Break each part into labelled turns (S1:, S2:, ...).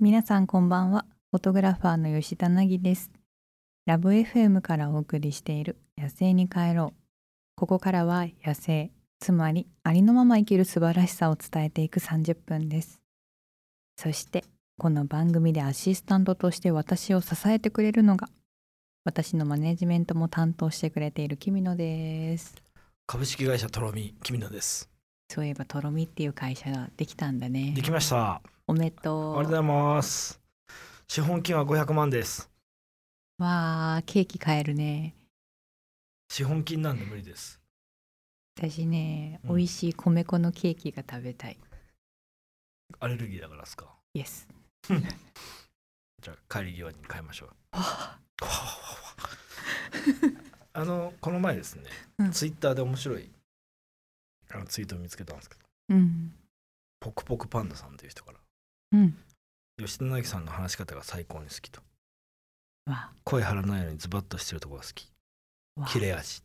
S1: 皆さんこんばんはフォトグラファーの吉田凪ですラブ FM からお送りしている野生に帰ろうここからは野生つまりありのまま生きる素晴らしさを伝えていく30分ですそしてこの番組でアシスタントとして私を支えてくれるのが私のマネジメントも担当してくれている君野です
S2: 株式会社とろみ君野です。
S1: そういえばとろみっていう会社ができたんだね
S2: できました。あ
S1: おめで
S2: り
S1: と
S2: がとうござ
S1: う
S2: います。資本金は500万です。
S1: わあケーキ買えるね
S2: 資本金なんで無理です。
S1: 私ね、
S2: うん
S1: 美味しい米粉のケーキが食べたい。
S2: アレルギーだからですか。
S1: イエス。
S2: じゃあ帰り際に買いましょう。わわわわあのこの前ですね、
S1: うん
S2: ツイッターで面白いあのツイートを見つけたんですけど、
S1: うん。
S2: ポクポクパンダさんという人から
S1: うん。
S2: 吉田凪さんの話し方が最高に好きと、
S1: わ
S2: 声張らないのにズバッとしてるとこが好き。
S1: あ。わあ
S2: 切れ味っ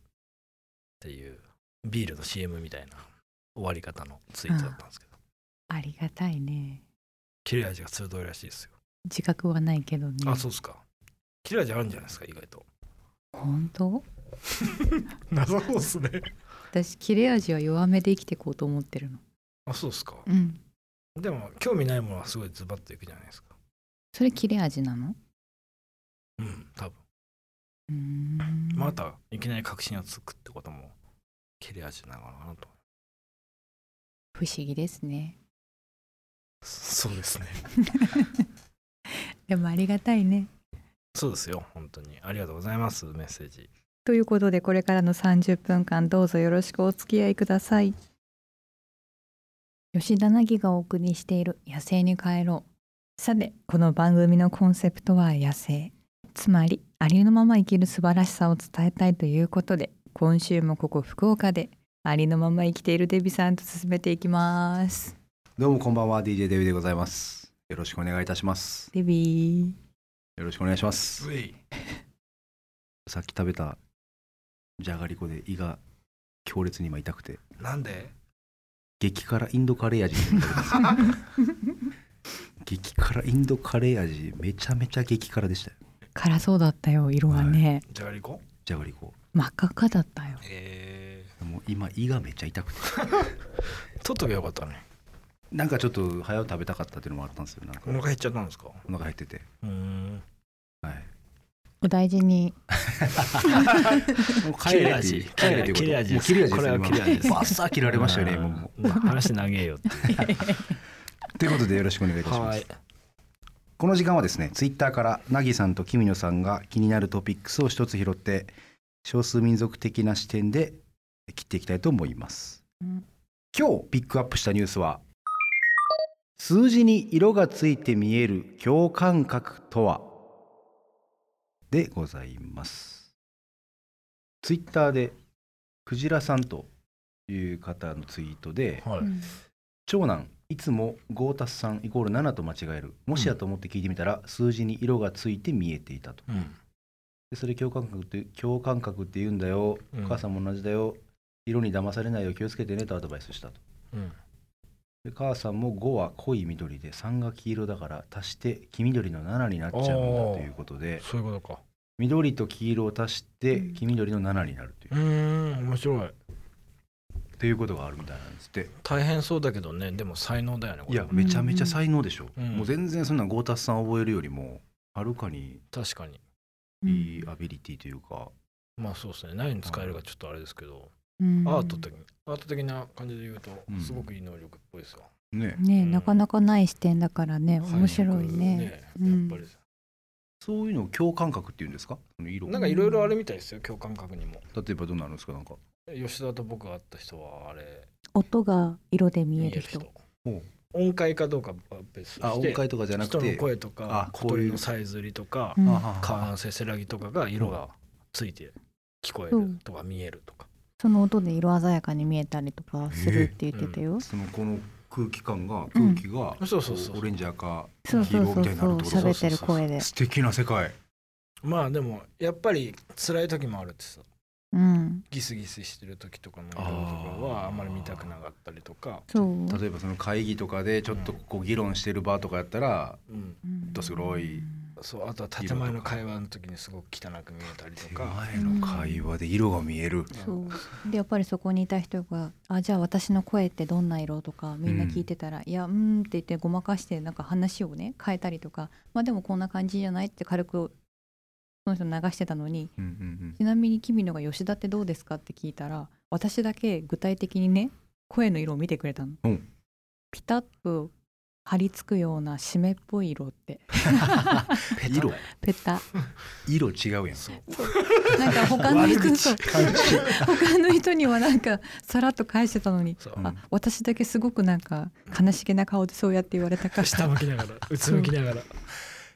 S2: ていうビールの CM みたいな終わり方のツイートだったんですけど、
S1: ありがたいね。
S2: 切れ味が鋭いらしいですよ、
S1: 自覚はないけどね。
S2: あそうですか切れ味あるんじゃないですか意外と
S1: 本当
S2: 謎そうですね
S1: 私、切れ味は弱めで生きていこうと思ってるの。
S2: あそうですか
S1: うん。
S2: でも興味ないものはすごいズバッといくじゃないですか
S1: それ切れ味なの
S2: うん多分
S1: うーん。
S2: またいきなり確信がつくってことも切れ味なのかなと
S1: 不思議ですね。
S2: そうですね
S1: でもありがたいね。
S2: そうですよ本当にありがとうございますメッセージ
S1: ということで、これからの30分間、どうぞよろしくお付き合いください。吉田凪がお送りしている「野生に帰ろう」さてこの番組のコンセプトは「野生」つまりありのまま生きる素晴らしさを伝えたいということで今週もここ福岡でありのまま生きているデビさんと進めていきます
S3: どうもこんばんは DJ デビでございますよろしくお願いいたします
S1: デビー
S3: よろしくお願いします
S2: うい
S3: さっき食べたじゃがりこで胃が強烈に今痛くて
S2: なんで
S3: 激辛インドカレー味っていうのを食べたんですよ激辛インドカレー味めちゃめちゃ激辛でしたよ
S1: 辛そうだったよ色はね、
S2: じゃがりこ
S3: じゃがりこ
S1: 真っ赤っかだったよ
S2: え
S3: もう今胃がめっちゃ痛くて
S2: ー、取っとけばよかったね
S3: なんかちょっと早く食べたかったっていうのもあったんですよなんか
S2: お腹減っちゃったんですか
S3: お腹減ってて
S2: うん
S3: はい
S1: お大事に
S3: もう帰れっていう帰れっていうこと
S2: 切れ味
S3: もう切れ味です
S2: これは
S3: 今
S2: 切れ味です
S3: バッサー切られましたよねもう
S2: う
S3: も
S2: 話長えよって
S3: うということでよろしくお願いいたしますこの時間はですねツイッターからなぎさんときみのさんが気になるトピックスを一つ拾って少数民族的な視点で切っていきたいと思います
S1: うん
S3: 今日ピックアップしたニュースは数字に色がついて見える共感覚とはでございますツイッターでクジラさんという方のツイートで
S2: はい、
S1: うん
S3: 長男いつも5たす3イコール7と間違えるもしやと思って聞いてみたら、数字に色がついて見えていたと
S2: うん
S3: でそれ共感覚って共感覚って言うんだよ、
S2: うん
S3: お母さんも同じだよ色に騙されないよう気をつけてねとアドバイスしたと
S2: うん、
S3: で母さんも5は濃い緑で3が黄色だから足して黄緑の7になっちゃうんだ
S2: おー
S3: ということで
S2: そういうことか
S3: 緑と黄色を足して黄緑の7になるという、
S2: うーん面白い
S3: ということがあるみたいなんですって
S2: 大変そうだけどねでも才能だよねこ
S3: い
S2: れ
S3: や
S2: は
S3: めちゃめちゃ才能でしょ、
S2: うん
S3: もう全然そんな5たす3覚えるよりもはるかに
S2: 確かに
S3: いいアビリティというか、
S2: まあそうですね何に使えるかちょっとあれですけど、
S1: うん
S2: アート的アート的な感じで言うと
S3: うん
S2: すごくいい能力っぽいですよ、
S3: ね
S1: ね
S2: うん
S1: なかなかない視点だからね
S2: 才能
S1: 面白いねうん
S2: やっぱ
S3: そういうのを共感覚っていうんですかその色
S2: り
S3: 例
S2: なんかいろいろあるみたいですよ共感覚にも
S3: えばどうなるんですかなんか
S2: 吉田と僕が会った人はあれ
S1: 音が色で見える人
S3: ほう
S2: 音階かどうかは別と
S3: あ
S2: し
S3: 音
S2: て
S3: 階とかじゃなく
S2: 人
S3: て
S2: の声とか
S3: あ
S2: 小
S3: こういう
S2: 鳥のさえずりとか
S1: うん
S3: あは
S2: 川のせせらぎとかが色がついて聞こえるとか見えるとか、
S1: その音で色鮮やかに見えたりとかするって言ってたよ、
S3: そのこの空気感が
S1: う
S3: 空
S1: ん
S3: 気が、
S2: そうそうそう
S3: オレンジ赤
S1: そうそうそう
S3: 黄色みたいになる
S1: そう
S3: ってこと
S1: 喋ってる声で
S3: 素敵な世界
S2: まあでもやっぱり辛い時もあるってさ
S1: うん
S2: ギスギスしてる時とかの色とかは
S3: あー
S2: あんまり見たくなかったりとか、
S1: そう
S3: 例えばその会議とかでちょっとこう議論してる場とかやったら
S2: うん、
S1: うん
S3: ったすごい
S2: そうあとは建前の会話の時にすごく汚く見えたりと
S3: 手
S2: か
S3: 前の会話で色が見える
S1: そうでやっぱりそこにいた人が「あじゃあ私の声ってどんな色?」とかみんな聞いてたら「いやうーん」って言ってごまかしてなんか話をね変えたりとか「まあでもこんな感じじゃない?」って軽くその人流してたのに
S3: うんうん
S1: ちなみに君野が「吉田ってどうですか?」って聞いたら私だけ具体的にね声の色を見てくれたの。
S3: うん
S1: ピタッと張り付くような湿っぽい色って
S3: うん色
S1: ペ タ
S3: 色違うやん
S2: そう
S1: なんか他の
S3: 悪
S1: 人
S3: 口
S1: そう
S3: 感じ
S1: 他の人にはなんかさらっと返してたのに
S2: そう
S3: うん
S1: あ私だけすごくなんか悲しげな顔でそうやって言われたから
S2: 下向きながらうつむきながら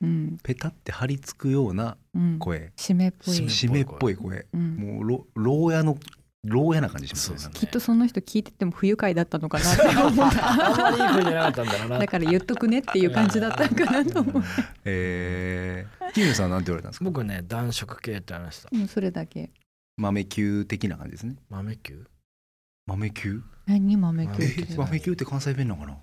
S1: うん
S3: ペタって張り付くような
S1: うん
S3: 声
S1: 湿っぽい、
S3: 湿っぽい声
S1: うん
S3: もうろ牢屋の牢屋な感じしますね
S2: そう
S1: きっとその人聞いてても不愉快だったのかなって思っ
S2: あ んまりいい
S1: た
S2: 声じゃなかったんだろうな
S1: だから言っとくねっていう感じだったのかなと思う
S3: えー、キムさんなんて言われたんですか
S2: 僕ね暖色系って話した
S1: うんそれだけ
S3: 豆球的な感じですね
S2: 豆球
S3: 豆球
S1: 何豆球っ
S2: え
S1: て
S2: じゃない
S3: 豆球って関西弁なのかな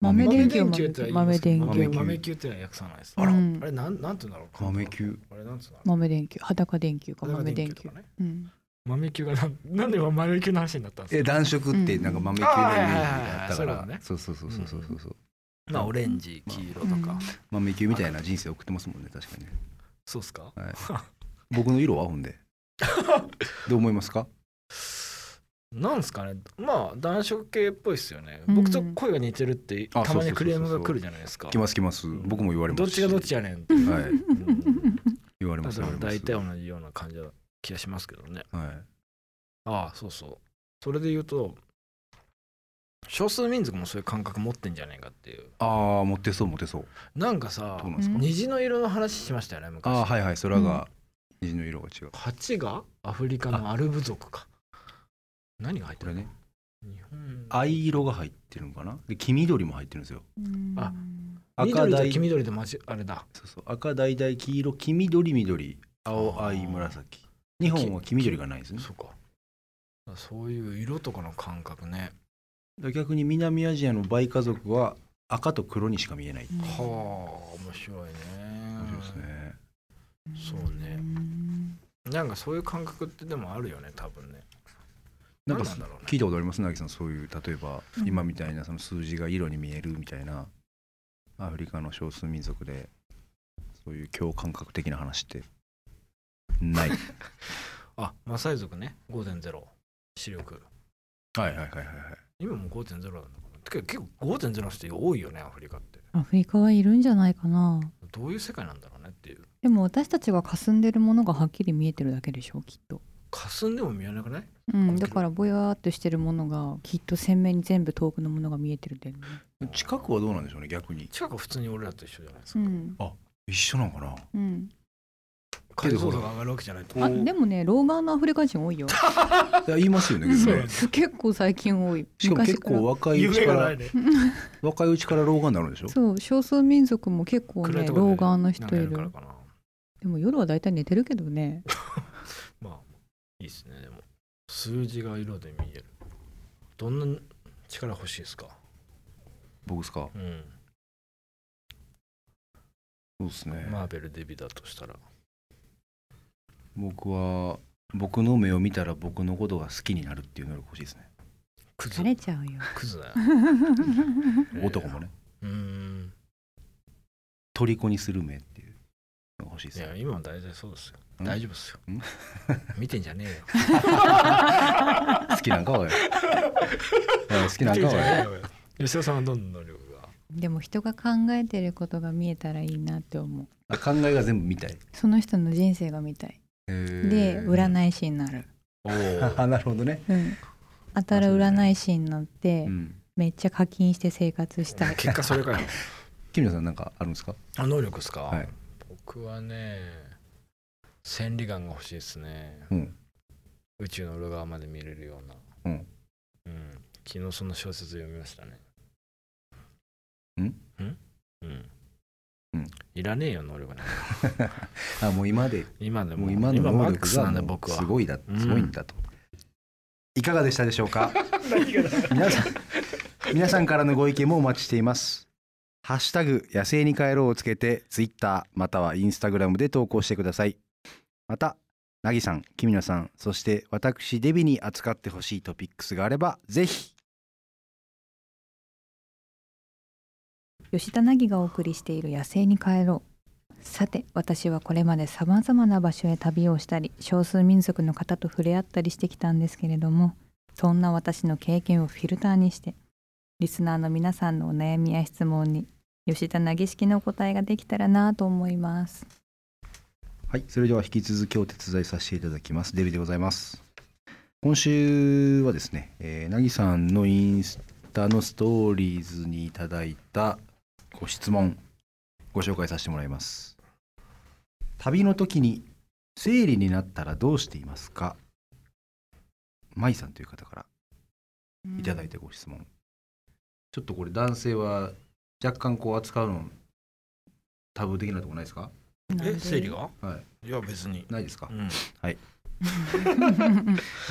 S1: 豆電球
S2: 豆電球って言います
S1: 豆電
S3: 豆
S1: 球
S3: 球
S2: 豆球ってのは訳さないです
S1: あらうん
S2: あれなんなんて言うんだろう
S3: 豆球
S2: あれなんて言うんだろ
S1: 豆電球裸電球か
S2: う
S1: 豆電
S2: と
S1: 球
S2: かね
S1: うん
S2: 豆球がなんなんで今豆球の話になったんです
S3: え
S2: か
S3: 暖色ってなんか豆球のイメージがあ
S2: うんあーはいはいはいは
S3: ったか
S2: いそうだ
S3: ら
S2: ね
S3: そうそうそうそうそうそうそう
S2: まあオレンジ黄色と
S1: うん
S2: か
S3: 豆球みたいな人生送ってますもんね確かにね
S2: そうっすか
S3: 僕の色はほ んでどう思いますか
S2: なんですかねまあ暖色系っぽいっすよね、
S1: うん
S2: 僕と声が似てるって
S3: あ
S2: たまにクレーム
S3: そうそうそうそう
S2: が来るじゃないですか
S3: 来ます来ます僕も言われます
S2: どっちがどっち
S3: や
S2: やねんって、うん、
S3: はい言われ
S2: だ
S3: ます
S2: から
S3: 言われます
S2: 大体同じような感じな気がしますけどね
S3: はい
S2: ああそうそうそれで言うと少数民族もそういう感覚持ってんじゃねえかっていう
S3: ああ持ってそう持ってそう
S2: なんかさ
S3: どうなんですか
S1: うん
S2: 虹の色の話しましたよね昔
S3: ああはいはい空が虹の色が違う
S2: 蜂がアフリカのアルブ族か何が入って
S3: こ
S2: る
S3: れ
S2: の
S3: ね
S2: 日本
S3: 藍色が入ってるのかなで黄緑も入ってるんですよ
S1: うん
S2: あ
S3: 赤
S2: 緑と
S3: 大
S2: 黄緑でまじあれだ
S3: そうそう赤大々黄色黄緑緑青
S2: あー
S3: 藍紫日本は黄緑がないですね
S2: そうかそういう色とかの感覚ね
S3: だから逆に南アジアのバイ家族は赤と黒にしか見えない、
S1: うん
S2: はあ面白いね
S3: 面白いですね
S2: そうね
S1: うん
S2: なんかそういう感覚ってでもあるよね多分ね
S3: なんか
S2: 何なんだろうね
S3: 聞いたことありますなぎさんそういう例えば
S1: うん
S3: 今みたいなその数字が色に見えるみたいなアフリカの少数民族でそういう共感覚的な話って ないはい
S2: あマサイ族ね5.0視力
S3: はいはいはいはい
S2: 今もう5.0なんだからてか結構5.0の人多いよねアフリカって
S1: アフリカはいるんじゃないかな
S2: どういう世界なんだろうねっていう
S1: でも私たちが霞んでるものがはっきり見えてるだけでしょうきっと、
S2: 霞んでも見えなくない
S1: うん、だからぼやーっとしてるものがきっと鮮明に全部遠くのものが見えてるんだよね、
S3: 近くはどうなんでしょうね逆に
S2: 近くは普通に俺らと一緒じゃないです
S1: う
S2: か、
S1: ん
S3: 一緒なのかな
S1: うん、
S2: 解像度が上がるわけじゃないと
S1: あでもね老眼のアフリカ人多いよ
S3: いや言いますよねけど
S2: そう
S3: ね
S1: 結構最近多い
S3: しかも結
S1: 昔
S3: 構
S1: ら
S3: 若いうちから
S2: ね
S3: 若いうちから老眼になるんでしょ
S1: そう少数民族も結構
S2: 暗い
S1: ね
S2: とこで
S1: 老眼の人い
S2: なん
S1: る
S2: かやからかな
S1: でも夜は大体寝てるけどね
S2: まあいいですねでも数字が色で見えるどんな力欲しいですか
S3: 僕ですか
S2: うん
S3: そうですね、
S2: マーベルデビだとしたら
S3: 僕は僕の目を見たら僕のことが好きになるっていう能力欲しいですね
S2: クズ
S1: 疲れちゃうよ
S2: クズだよ
S3: 男もね
S2: うーん
S3: 虜にする目っていうのが欲しい
S2: い
S3: です
S2: や
S3: ね
S2: 今は大体そうですよ
S3: うん
S2: 大丈夫ですよ
S3: ん
S2: 見てんじゃねえよ
S3: 好きなんか おいおい好きなんかおい
S2: よ 吉田さんはどんな能力が
S1: でも人が考えてることが見えたらいいなって思う
S3: あ考えが全部見たい
S1: その人の人生が見たいで
S3: い
S1: 占い師になる、
S2: お
S3: あなるほどね
S1: うん、当たる占い師になって
S3: うん
S1: めっちゃ課金して生活したい
S2: 結果それか よ
S3: 君野さんなんかあるんですか
S2: あ能力ですか、
S3: はい
S2: 僕はね千里眼が欲しいですね
S3: うん
S2: 宇宙の裏側まで見れるような
S3: うん、
S2: うん昨日その小説読みましたね
S3: ん
S2: んうん
S3: うん
S2: いらねえよ能力なんか
S3: あもう今で
S2: 今でも
S3: もう今の
S2: マ
S3: 能
S2: ック
S3: 力
S2: スな
S3: が
S2: んで
S3: も
S2: 僕
S3: う
S2: は
S3: すごいだ
S2: うん
S3: すごいんだといかがで したでしょうか皆さん皆さんからのご意見もお待ちしていますハッシュタグ野生に帰ろうをつけてツイッターまたはインスタグラムで投稿してくださいまたなぎさんきみのさんそして私デビに扱ってほしいトピックスがあればぜひ
S1: 吉田凪がお送りしている野生に帰ろうさて私はこれまでさまざまな場所へ旅をしたり少数民族の方と触れ合ったりしてきたんですけれどもそんな私の経験をフィルターにしてリスナーの皆さんのお悩みや質問に吉田凪式のお答えができたらなと思います
S3: はいそれでは引き続きお手伝いさせていただきますデビでございます今週はですね、えー、なぎさんのインスタのストーリーズにいただいたご質問ご紹介させてもらいます旅の時に生理になったらどうしていますかまいさんという方からいただいたご質問、ちょっとこれ男性は若干こう扱うのタブー的なとこないですか
S2: え生 理が
S3: はい
S2: や別に、
S3: ないですか
S2: うん、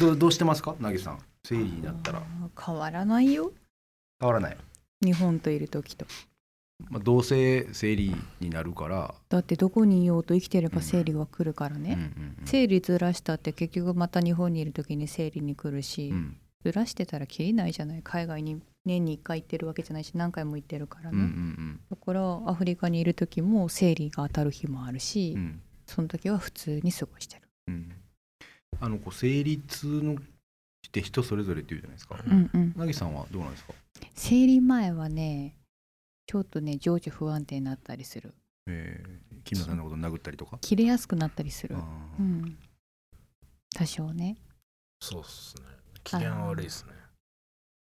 S3: どうどうしてますかなぎさん生理になったら
S1: 変わらないよ
S3: 変わらない、
S1: 日本といる時と
S3: まあ、どうせ生理になるから、
S1: だってどこにいようと生きてれ
S3: う
S1: ば
S3: ん
S1: 生理は来るから
S3: うんう
S1: ね、
S3: んうん
S1: 生理ずらしたって結局また日本にいる時に生理に来るし、
S3: うん
S1: ずらしてたら切りないじゃない海外に年に1回行ってるわけじゃないし何回も行ってるから
S3: う
S1: ね、
S3: んうん
S1: だからアフリカにいる時も生理が当たる日もあるし、
S3: うんうん
S1: その時は普通に過ごしてる、
S3: うんあのこう生理痛のって人それぞれって言うじゃないですか
S2: うん
S3: なぎさんはどうなんですか、
S1: 生理前はねちょっとね情緒不安定になったりする
S3: えー、木村さんのこと殴ったりとか
S1: 切れやすくなったりする
S3: あ、
S1: う
S3: ー
S1: ん、多少ね
S2: そうっすね機嫌悪いっすね、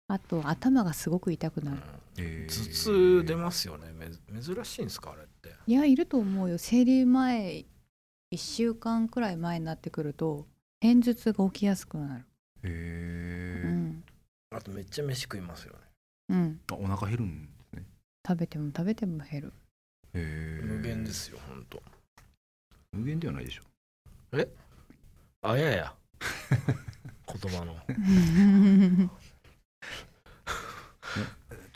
S1: あと頭がすごく痛くなる
S3: え
S2: 頭
S3: ー
S2: 痛出ますよねめ珍しいんですかあれって
S1: いやいると思うよ生理前1週間くらい前になってくると片頭痛が起きやすくなる、
S3: え
S1: う
S3: ー
S1: ん
S2: あとめっちゃ飯食いますよね
S1: うん、
S3: あお腹減るんですね
S1: 食べても食べても減る
S3: えー
S2: 無限ですよほんと
S3: 無限ではないでしょ
S2: あや や言葉の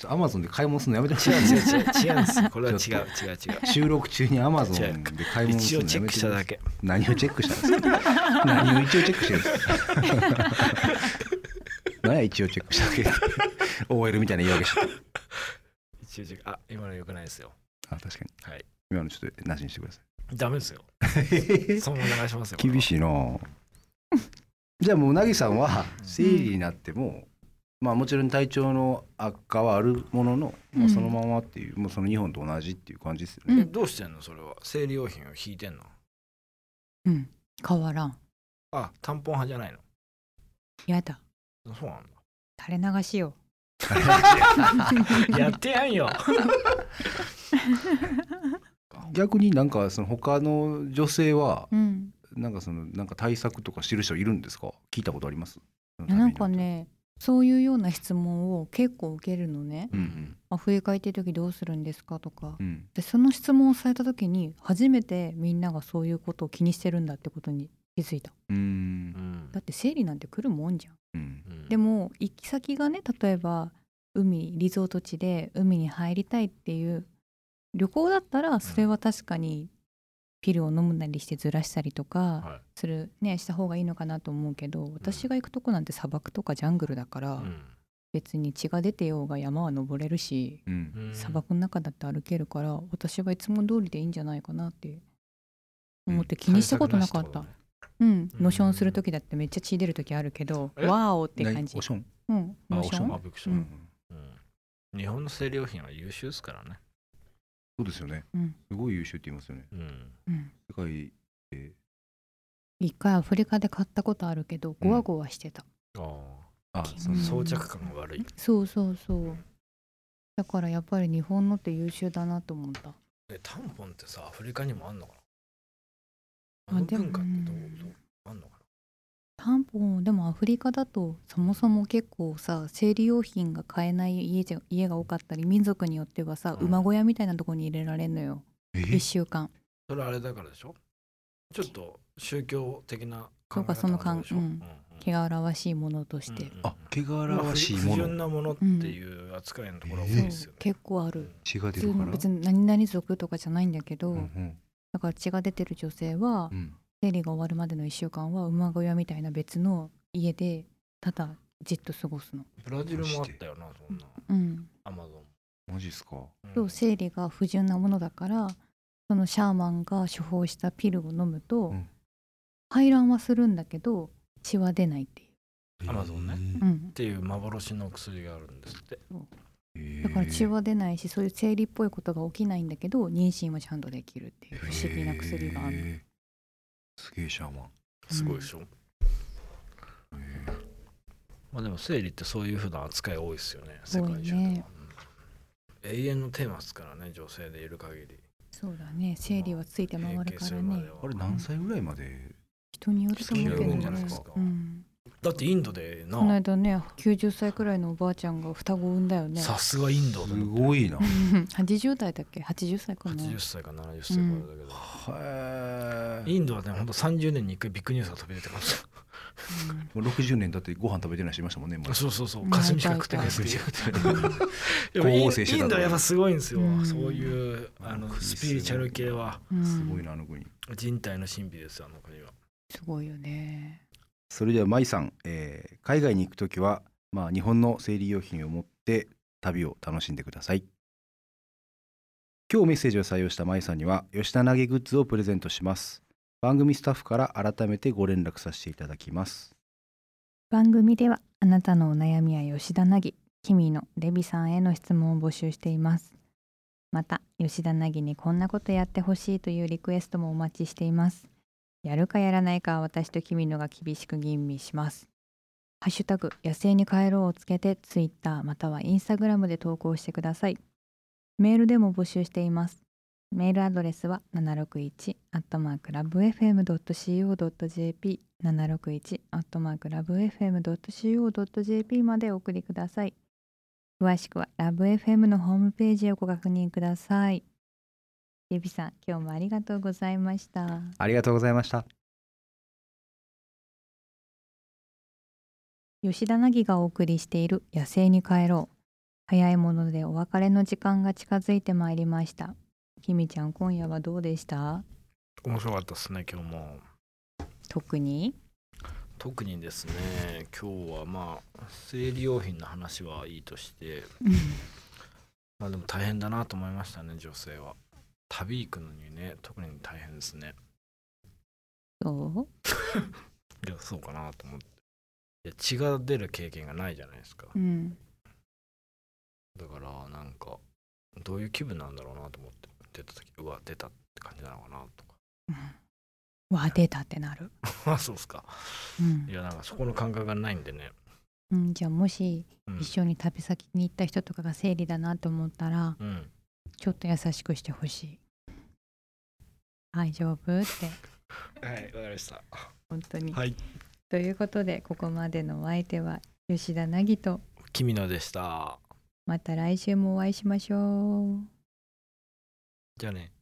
S3: アマゾンで買い物するのやめてほしい
S2: 違う違う 違う違うんですよこれ は違う
S3: ちょ
S2: 違う違う
S3: 収録中にアマゾ
S2: 違
S3: ンで買い物す
S2: 一
S3: る
S2: 応
S3: の
S2: チェッ
S3: やめ
S2: ク
S3: て
S2: し
S3: く
S2: た
S3: ださ
S2: だ
S3: い
S2: け
S3: 何をチェックしたんで すか何を一応チェックしてるんですか何や一応チェックしただけって OL みたいな言い訳しちゃっ
S2: 一応チェックあ今の良くないですよ
S3: たあ確かに、
S2: はい、
S3: 今のちょっとなしにしてくださ
S2: ダメですよ
S3: い
S2: そのまま流しますよ
S3: 厳
S2: い
S3: しいなあじゃあもうなぎさんは生理になっても、まあもちろん体調の悪化はあるものの、ま
S1: う
S3: あ、
S1: ん
S3: そのままっていう、もうその日本と同じっていう感じですよね、
S1: うん
S2: どうしてんのそれは生理用品を引いてんの
S1: うん変わらん
S2: あタンポン派じゃない
S1: やだ
S2: のそうなん
S1: 垂れ流しよ
S2: だ やってやんよ
S3: 逆になんかその他の女性は
S1: う、うん、
S3: なんかそのなんか対策とかしてる人いるんですか聞いたことあります
S1: いやなんか、ねそういうような質問を結構受けるのね
S3: うんうん
S1: 「アフリカ行ってる時どうするんですか?」とか
S3: うん、
S1: でその質問をされた時に初めてみんながそういうことを気にしてるんだってことに気づいた
S3: う
S2: うんん
S1: だって生理なんて来るもんじゃん
S3: うん
S1: でも行き先がね例えば海リゾート地で海に入りたいっていう旅行だったらそれは確かにピルを飲むなりしてずらしたりとか
S2: は
S1: する、ね、した方がいいのかなと思うけど私が行くとこなんて砂漠とかジャングルだから、
S2: い
S1: 別に血が出てようが山は登れるし
S3: うん
S2: うん
S1: 砂漠の中だって歩けるから私はいつも通りでいいんじゃないかなって思って気にしたことなかった、うん、
S2: うん
S1: ノションする時だってめっちゃ血出る時あるけど
S2: え
S1: ワーオって
S3: 何
S1: 感じ
S3: オション
S1: うん、
S3: あ
S1: ノショ
S3: オショ
S1: ン
S3: ン
S2: あびっくりした、う
S1: うん
S2: ん日本の生理用品は優秀ですからね、
S3: そうですよね、
S1: うん
S3: すごい優秀って言いますよね
S2: うん、
S1: うん
S3: 世界
S1: 一回アフリカで買ったことあるけどゴワゴワしてた、
S3: あ
S1: 金
S3: そ
S2: 装
S3: う
S2: 着感が悪い
S1: そうそうそうだからやっぱり日本のって優秀だなと思った
S2: えタンポンってさアフリカにもあんのか
S1: あ
S2: なあの
S1: でも
S2: 文化ってどう
S1: うん
S2: どうあんのか
S1: タンポンでもアフリカだとそもそも結構さ生理用品が買えない家じゃ家が多かったり民族によってはさ
S2: うん
S1: 馬小屋みたいなとこに入れられんのよ
S3: え
S1: 1週間
S2: なそれあれだからでしょちょっと宗教的な
S1: そ
S2: 考
S1: う
S2: え
S1: か
S2: 方
S1: その考え
S2: があるでしょ
S1: うん
S2: うんうん
S1: 汚らわしいものとして、
S2: うん
S3: あ汚ら
S2: まあ
S3: わしい
S2: 不
S3: も
S2: 不純な
S3: の
S2: ものっていう扱いのところが多い
S3: うん
S2: です
S1: そ
S2: よ
S1: う
S2: ね。
S1: 結構あ
S2: う
S1: る
S2: ん
S3: 血が出
S1: 別
S3: るか
S1: に
S3: ら
S1: 別に何々族とかじゃないんだけど、
S3: うんうん
S1: だから血が出てる女性は、
S3: うん
S1: 生理が終わるまでの1週間は馬小屋みたいな別の家でただじっと過ごすの。
S2: ブラジルもあったよなそんな
S1: うん、
S2: アマゾン。
S3: マジっすか
S2: うん
S1: そう生理が不純なものだからそのシャーマンが処方したピルを飲むと、
S3: うん
S1: 排卵はするんだけど血は出ないってい
S2: アマゾンね
S1: う、うん
S2: っ、ていう幻の薬があるんですって。
S3: へー
S1: だから血は出ないしそういう生理っぽいことが起きないんだけど妊娠はちゃんとできるっていう不思議な薬がある。
S3: へーすげえシャーマン
S2: すごいでしょ。
S3: へ
S2: まあでも生理ってそういうふうな扱い多いですよね世界中で
S1: 多
S2: は、
S1: いね
S2: うん永遠のテーマですからね女性でいる限り
S1: そうだね生理はついて回るからね
S3: ーあれ何歳ぐらいまで
S1: 人によると思うけど
S3: 好きになるんじゃない
S1: ね
S3: ですか。
S1: うん
S2: だってインドで
S1: この
S2: な
S1: 間ね90歳くらいのおばあちゃんが双子を産んだよね
S2: さすがインドだ
S3: す
S2: ね
S3: ごいなへ
S1: 80代だっけ80歳かな
S2: 80歳か70歳ぐらいだけど、
S3: え
S2: インドはねほんと30年に1回ビッグニュースが飛び出てくるんですよ
S3: 60年だってご飯食べてない人いましたもんね前
S2: そうそうそう
S1: うん
S2: 霞しか食ってない
S3: 霞
S2: し
S3: ヶ
S2: か
S3: 浦
S2: でもイン
S3: 光合成してた
S2: インドはやっぱすごいんですよ、
S1: うん
S2: そういうあのスピリチュアル系は
S1: うん
S3: すごいなあの国
S2: 人体の神秘ですよあの国は
S1: すごいよね
S3: それでは舞さん、えー海外に行くときは、まあ、日本の生理用品を持って旅を楽しんでください今日メッセージを採用した舞さんには吉田投げグッズをプレゼントします番組スタッフから改めてご連絡させていただきます
S1: 番組ではあなたのお悩みや吉田凪、キミのレビさんへの質問を募集していますまた吉田凪にこんなことやってほしいというリクエストもお待ちしていますやるかやらないかは私とキミのが厳しく吟味しますハッシュタグ野生に帰ろうをつけてツイッターまたはインスタグラムで投稿してくださいメールでも募集していますメールアドレスは761アットマークラブ FM.co.jp 761アットマークラブ FM.co.jp までお送りください詳しくはラブ FM のホームページをご確認くださいデビさん今日もありがとうございました
S3: ありがとうございました
S1: 吉田凪がお送りしている野生に帰ろう早いものでお別れの時間が近づいてまいりましたきみちゃん今夜はどうでした
S2: 面白かったですね今日も
S1: 特 に
S2: 特にですね今日はまあ生理用品の話はいいとしてまあでも大変だなと思いましたね女性は旅行くのにね特に大変ですね
S1: そう
S2: いやそうかなと思っていや血が出る経験がないじゃないですか
S1: うん
S2: だからなんかどういう気分なんだろうなと思って出た時うわ出たって感じなのかなと
S1: うんわ出たってなる、
S2: か あそうっすか
S1: うん
S2: いやなんかそこの感覚がないんでね、
S1: うん、じゃあもし
S2: うん
S1: 一緒に旅先に行った人とかが生理だなと思ったら
S2: うん、
S1: ちょっと優しくしてほしい大丈夫って
S2: はいわかりました
S1: 本当に、
S2: はい
S1: ということでここまでのお相手は吉田凪と
S2: 君のでした
S1: また来週もお会いしましょう
S2: じゃあね